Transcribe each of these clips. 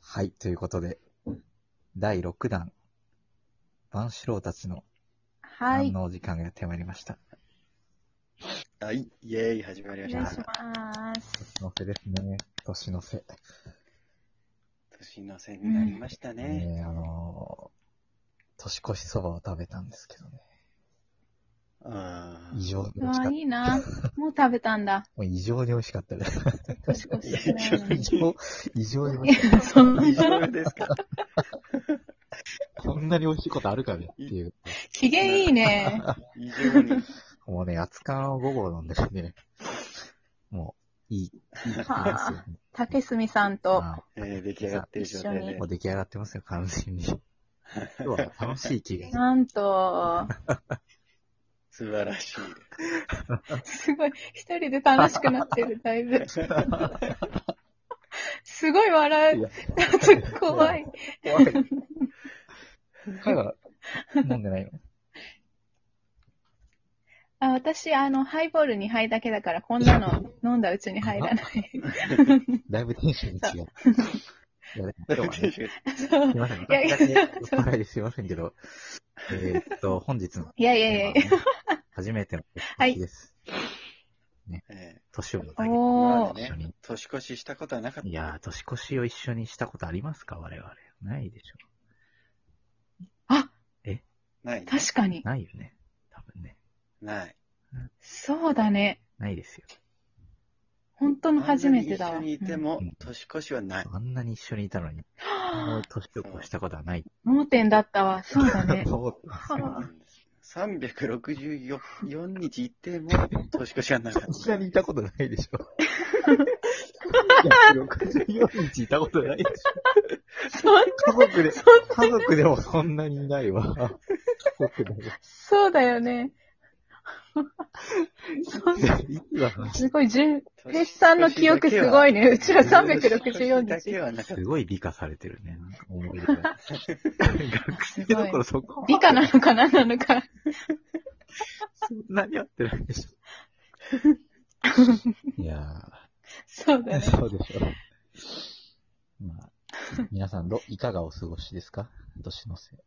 はい、ということで、第6弾、万志郎たちのは反い。応時間がやってまいりました。はい、イェーイ、始まりおまし願いたし。ます。年の瀬ですね。年の瀬。年の瀬になりましたね。ねえあのー年越しそばを食べたんですけどね。あ異ー常にう美味しかっわ、た。もいいな。もう食べたんだ。う異常に美味しかったです。年越しして ないのに 異。常、異常に美味しかっそん異な、常ですかた。 こんなに美味しいことあるかねっていう。機嫌いいね。異常に。もうね、熱燗を午後飲んでね、もう、いい、いい感じですよはあ、 竹住さんと。あえー出来上がってる状態あでもう。出来上がってますよ、完全 に。今日は楽しい気が。なんと、素晴らしい。すごい、一人で楽しくなってる、だい ぶ。すごい笑う。怖い。怖い。 彼は飲んでないよ。あ、私、あの、ハイボール2杯だけだから、こんなの飲んだうちに入ら ない。だいぶテンションが違う。いや、今日はね、すそういません。いやいやだけ酔っ払いですいませんけど、えーっと、本日のいやいやいやテーマはね、いや。初めてのは年いです。え年をまたげておー今まー。でね、年越ししたことはなかっいやー、年越しを一緒にしたことありますか我々。ないでしょ。た。ない。確かに。ないよね。多分ね。ない。そうだね。ないですよ。本当の初めてだあわ。んなに一緒にいてもうん、年越しはない。あんなに一緒にいたのに、もう年を越したことはない。。うん 盲点だったわ。そうだね そうはそうあなんです364日いても、年越しはなかっ一緒た。にいたことないでしょ。364日いたことないでしそんょ。家族で、家族でもそんなにいないわ。家族でも。 そうだよね。そんないつだなすごい、じゅん、ペッ年越しだけはさんの記憶すごいね。うちら364年越しだけ日。はなかっすごい美化されてるね。なんか思い出が。学生の頃そこ理科なのか何なのか。そんなに合ってないでしょ。いやそうー、だね。そうでしょ。まあ、皆さんど、いかがお過ごしですか年のせい。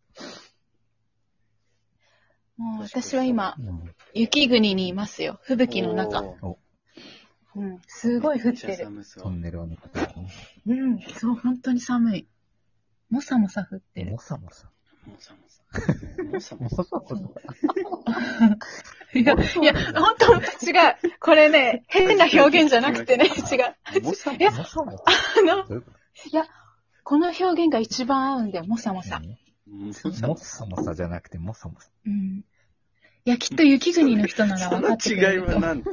もう私は今、うん雪国にいますよ。吹た。雪の中。おーうん。すごい降ってめちゃる。寒そトうンネルを抜けたらね。うん。そう、本当に寒い。もさもさ降ってるも。さもさ。もさもさ。もさもさ。さ もいや、いや、本当違う。これね、変な表現じゃなくてね、違う。もさもえさ。もさもさ。あの、どういうことこの表現が一番合うんだよ、もさもさ。何もさもさもさじゃなくて、もさもさ。うん。いや、きっと雪国の人ならそ分かのってくれ違いるとは思なんだ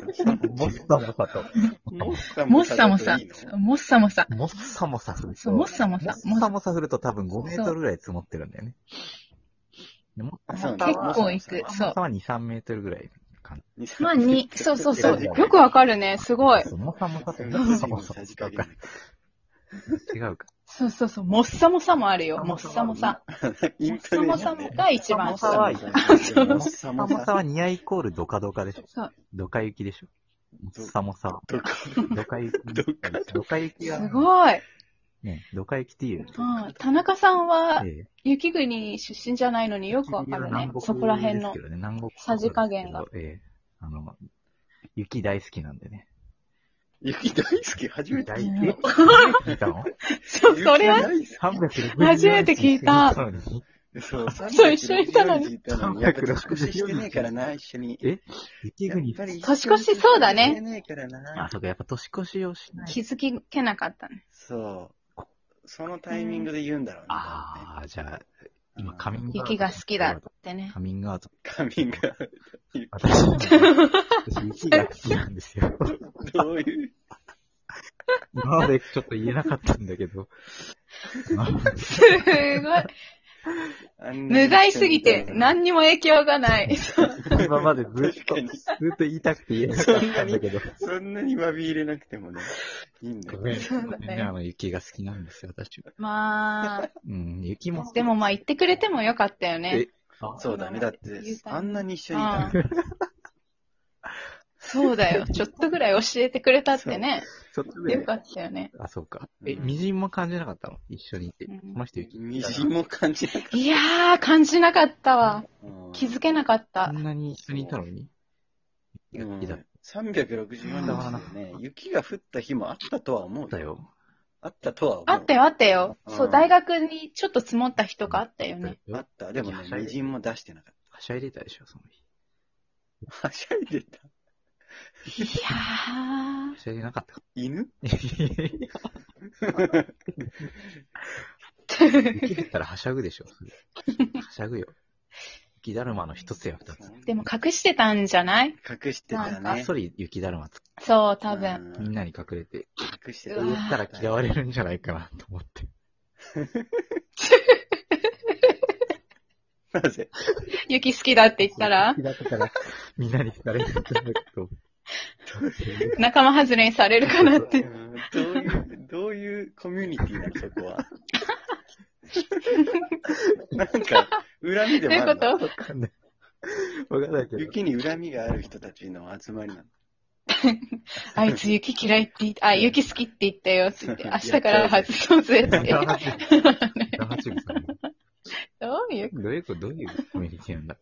もさもさもっさう。もっさもさだといいの。もっさもさ。と、もっさもさすると、もっ。そう、もっさもさもさもさすると多分5メートルぐらい積もってるんだよね。でもあそう結構いくも。もそさう。は2、3メートルぐらいかな。まあ、に、そうそうそう。 そうよくわかるね、すごい。そうもさもさと、もさもさ。違うか。も違うか。そうそうそう。もっさもさもあるよ、もっさもさ。もっさもさもが一番もっさもさは下。ももっっささももささ。はニアイコールドカドカでしょ。そう。ドカ雪でしょ。もっさもさは。どこドカ雪。どっかドカ雪がす、ごい。ね、ドカ雪っていう。うん。田中さんはえ、え雪国出身じゃないのによくわかるね。そこら辺のですけ。どね南国さじ加減が。ええあの、雪大好きなんでね。雪大好き初め雪て大聞い好うきんえ聞いたのそう、た。それは、雪大好初めて聞いたきそう、そう一緒にいたのに364たのにやっぱ年越ししてねえからな、一緒に。雪やっ国。ぱり年越しそうだねしてねえからあな。、そうか、やっぱ年越しをしない。気づけなかったね。そう。そのタイミングで言うんだろうね。ああ、じゃあ、今、カミングアウト。雪が好きだってね。カミングアウト。カミングアウ私、私雪が好きなんですよ。ト。どういう。 今までちょっと言えなかったんだけど。まあ すごい。無害すぎて、何にも影響がない。今までずっ確と、かずにっと言いたくて言えなかったんだけど。そんなに詫び入れなくてもね、いいんだごよ。めんそうだねねあの雪が好きなんですよ、私は。 まあ、うん、雪も好き。 でもまあ言ってくれてもよかったよね。そうだね。だって、あんなに一緒にいたの。そうだよ。ちょっとぐらい教えてくれたってね。ちょっとぐらよい。かったよね。あ、そうか。うんえ、みじんも感じなかったの一緒にいて。うこんの人雪。みじんも感じなかっいやー、感じなかったわ。た。気づけなかっこた。んなに一緒にいたのに雪が好きだっ364日ですよね。雪が降った日もあったとは思うた。よ。あったとは思う。あったよ、あったよ。うんそう、大学にちょっと積もった日とかあったよね。あった。でもねはしゃ、いでみじんも出してなかっはしゃいでたでしょ、その日。た。はしゃいでた。いやーは。しゃいでなかったか。犬雪だったらはしゃぐでしょ、それはしゃぐよ。雪だるまの一つや二つ。でも隠してたんじゃない隠してたあっねそ。り雪だるまつそう、多分。うみんんなに隠れて、隠してうた。わ言ったら嫌われるんじゃないかなと思 って。なぜ雪好きだって言ったら、だったから、 みんなに好かれるんじゃないかと。 仲間外れにされるかなって。うんどういう、どういうコミュニティなの、そ こは。なんか、恨みでどういもうあるこのとわかんない。わかんないけど。雪に恨みがある人たちの集まりなの。あいつ雪嫌いって言っあ、雪好きって言ったよ、つって。明日からは外そうぜって。ダ ハチダハチグさんもどういうどういうこと、どういうコミュニティなんだ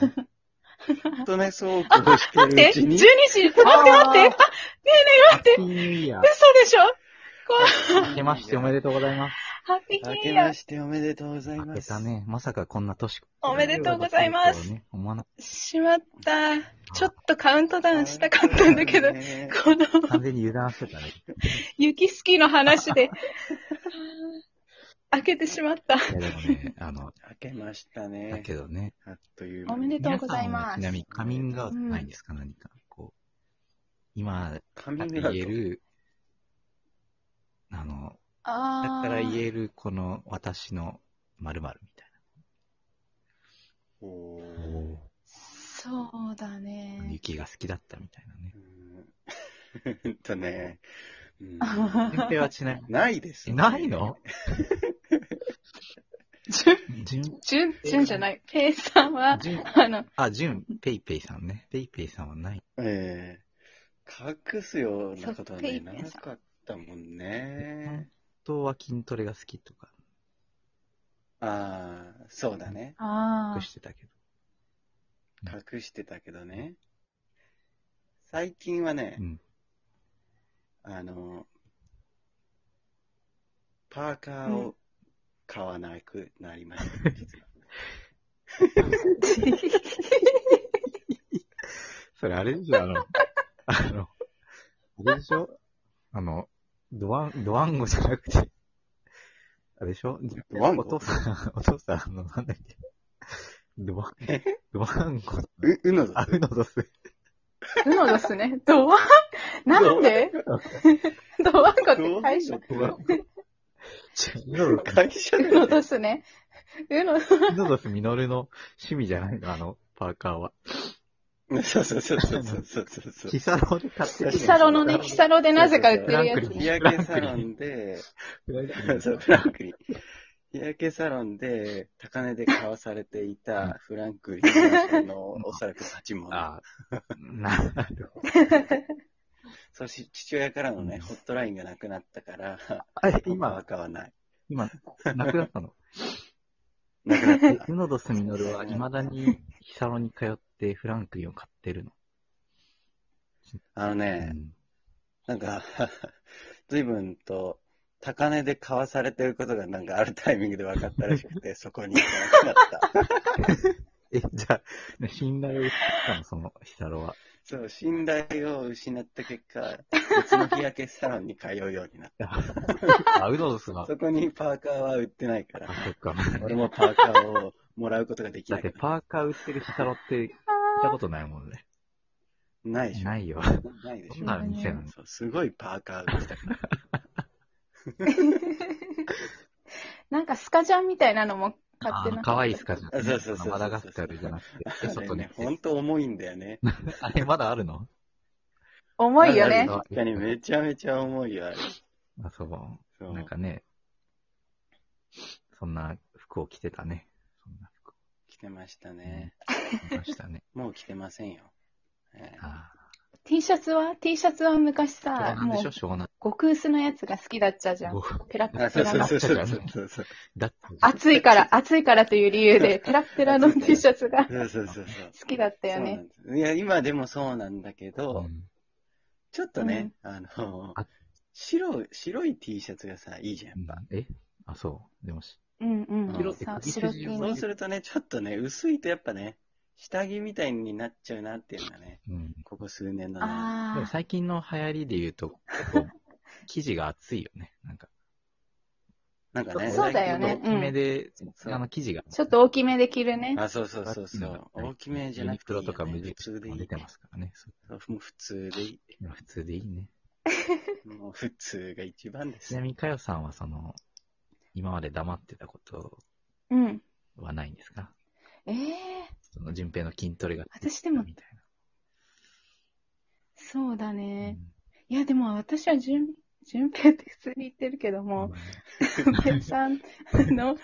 ずっとね、そうこうして待るってうち !12 に時、待って待ってハッピーニューイヤー。嘘でしょ明けましておめでとうございます。ハッピー明ニューイけヤまーしておめでとうござい明まけす。たね。まさかこんな年。おめでとうございます。思わなかしまった。ちょっとカウントダあ。ウンしたかったんだけど、こねのった完全に油断してたね。雪スキーの話で、 開けてしまった。いやでも ね、あの、明けましただね。けどね。あっというおめでとうございま皆さんはすちなみにカミングアウトないんですか、何か。こう、今カミだンかグアらウ言えト。る、あの、だあから言ー。える、この私の〇〇みたいおーな。そうだね。雪が好きだったみたいなね。うんとね、うん順平はちなみないです、に。 ないの じゅん、順、じゅん、じゅんじゃない。ペイさんは、順、あの、あ、順、ペイペイさんね。ペイペイさんはない。ええ隠すようなことはね、そっなくりかったもんね。本当は筋トレが好きとか、ああ、そうだね。あ隠ーしてたけど。隠してたけどね。最近はねう、ん。あの、パーカーを買わなくなりました、実は。それあれでしょ、あの、あの、あれでしょあの、ドワン、ドワンゴじゃなくて、あれでしょドワンゴお父さん、お父さん、あの、なんだっけ。ドワンえ、ドワンゴ。う、うのあ、だ。うのどす。うのですね。ドワンなんでドワンコって会社。うのどす会社うのの、ですね。うの、ミノドスミノルの趣味じゃないの、あの、パーカーは。そうそうそうそうそうそう そう。ヒサロで買って確かヒにサロのね、ヒサロでなぜか売ってる やつロ日ね。焼けサロンで、そう、フランクリン。日焼けサロンで、高値で買わされていたフランクリンの、おそらく立ち物。ああ、なるほど。そし父親からのうね、んホットラインがなくなったから、あれ、今は今、買わない。今、なくなったの。なくなっ え、た。うのどすミノルは未だにヒサロに通ってフランクリンを買ってるの。あのうね、ん、なんか、随分と、高値で買わされてることがなんかあるタイミングで分かったら しくて、そこに行かなくなった。え、じゃあ、信頼を失ったの、そのヒサロは。そう、信頼を失った結果、別の日焼けサロンに通うようになっ あ、うのどすた。は、そこにパーカーは売ってないからあ、、そっか。俺もパーカーをもらうことができだなっいて。パーカー売ってるヒサロって聞いたことないもんね。ないでしょ。ないよ。ないでどしんょ。な店なのそう、すごいパーカー売ってたから。なんかスカジャンみたいなのも買あってなの、かわいいスかカっジャン、あそうそうそうそうマダガスカルじゃなくて、エソとね。ほんと重いんだよね。あれ、まだあるのた重いよなんねか。確かにめちゃめちゃ重いよ、あれ。あ、そう。そうなんかね、そんな服を着てたね。そんな服着てましたね。着てましたね。もう着てませんよ。はいあ T シャツは ?T シャツは昔あ。さ、湘南でもしうょ、湘南。極薄のやつが好きだったじゃん。ペラッペあそうラそうの。そうそうそうそう。だって、暑いから、暑いからという理由 で、ペラッペラの T シャツがそうそうそうそう。好きだったよそうなね。んですいや、今でもそうなんだけど、うんちょっとね、あのあ、白い、白い T シャツがさ、いいじゃん、やっぱ。えあ、そう。でもし、うんうん。白ってさ首白筋 T うんそうの。するとね、ちょっとね、薄いとやっぱね、下着みたいになっちゃうなっていうのがね、うん。ここ数年でものね。ああ。最近の流行りで言うと、結構、生地が厚いよね。なんか、なんかね、そうだよね大きめで、うんあの生地が、ちょっと大きめで着るね。あ、そうそうそうそう。大きめじゃなくていいユよニクロとか無ね、普印通とでかいもい出。てますからね。そそうもう普通でいう普通でいいね。い。もう普通が一番でちすな。みに、かよさんはその、今まで黙ってたことうん。はないんですかええー。その、順平の筋トレが。私でもみたいそうだな。ね。ういや、でも私は順、順平って普通に言ってるけどんも、ペイさんの、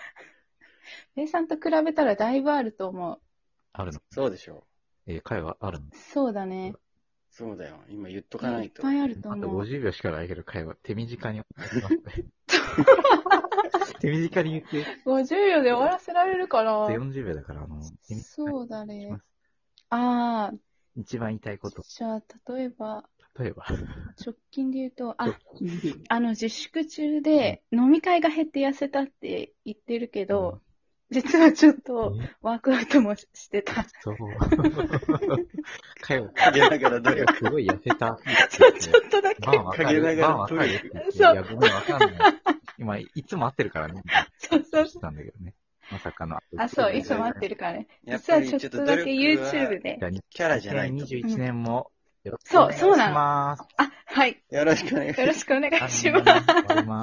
ペイさんと比べたらだいぶあると思う。あるのそうでしょえー、かよはあるのそうだね。そうだよ。今言っといかなやいいっと。ぱいあるとあと思う。 50秒しかないけど、会話、手短 に。手短に言って、 50秒で終わらせられるから。 40秒だから、あの、手短にそうだお願いしねま。すああ、一番言いたいこと、じゃあ、例えば、例えば。直近で言うと、あ、あの、自粛中で飲み会が減って痩せたって言ってるけど、実はちょっとえワークアウトもしてた。 そう。かよ、陰ながら努力。すごい痩せた。そう、ちょっとだけ。まあわかる。陰なまがらあわかるって言って。いそうや、ごめん、わかんない。今、いつも会ってるからね。そうそうしてたんだけどね。まさかの。あ、そう、いつも会ってるからね。実はちょっとだけ YouTube で。じゃあ。キャラじゃないと。 2021年も、よろしくそうお願いそうなのします。あ、はい。よろしくお願いしますよろしくお願いします。あ終わります。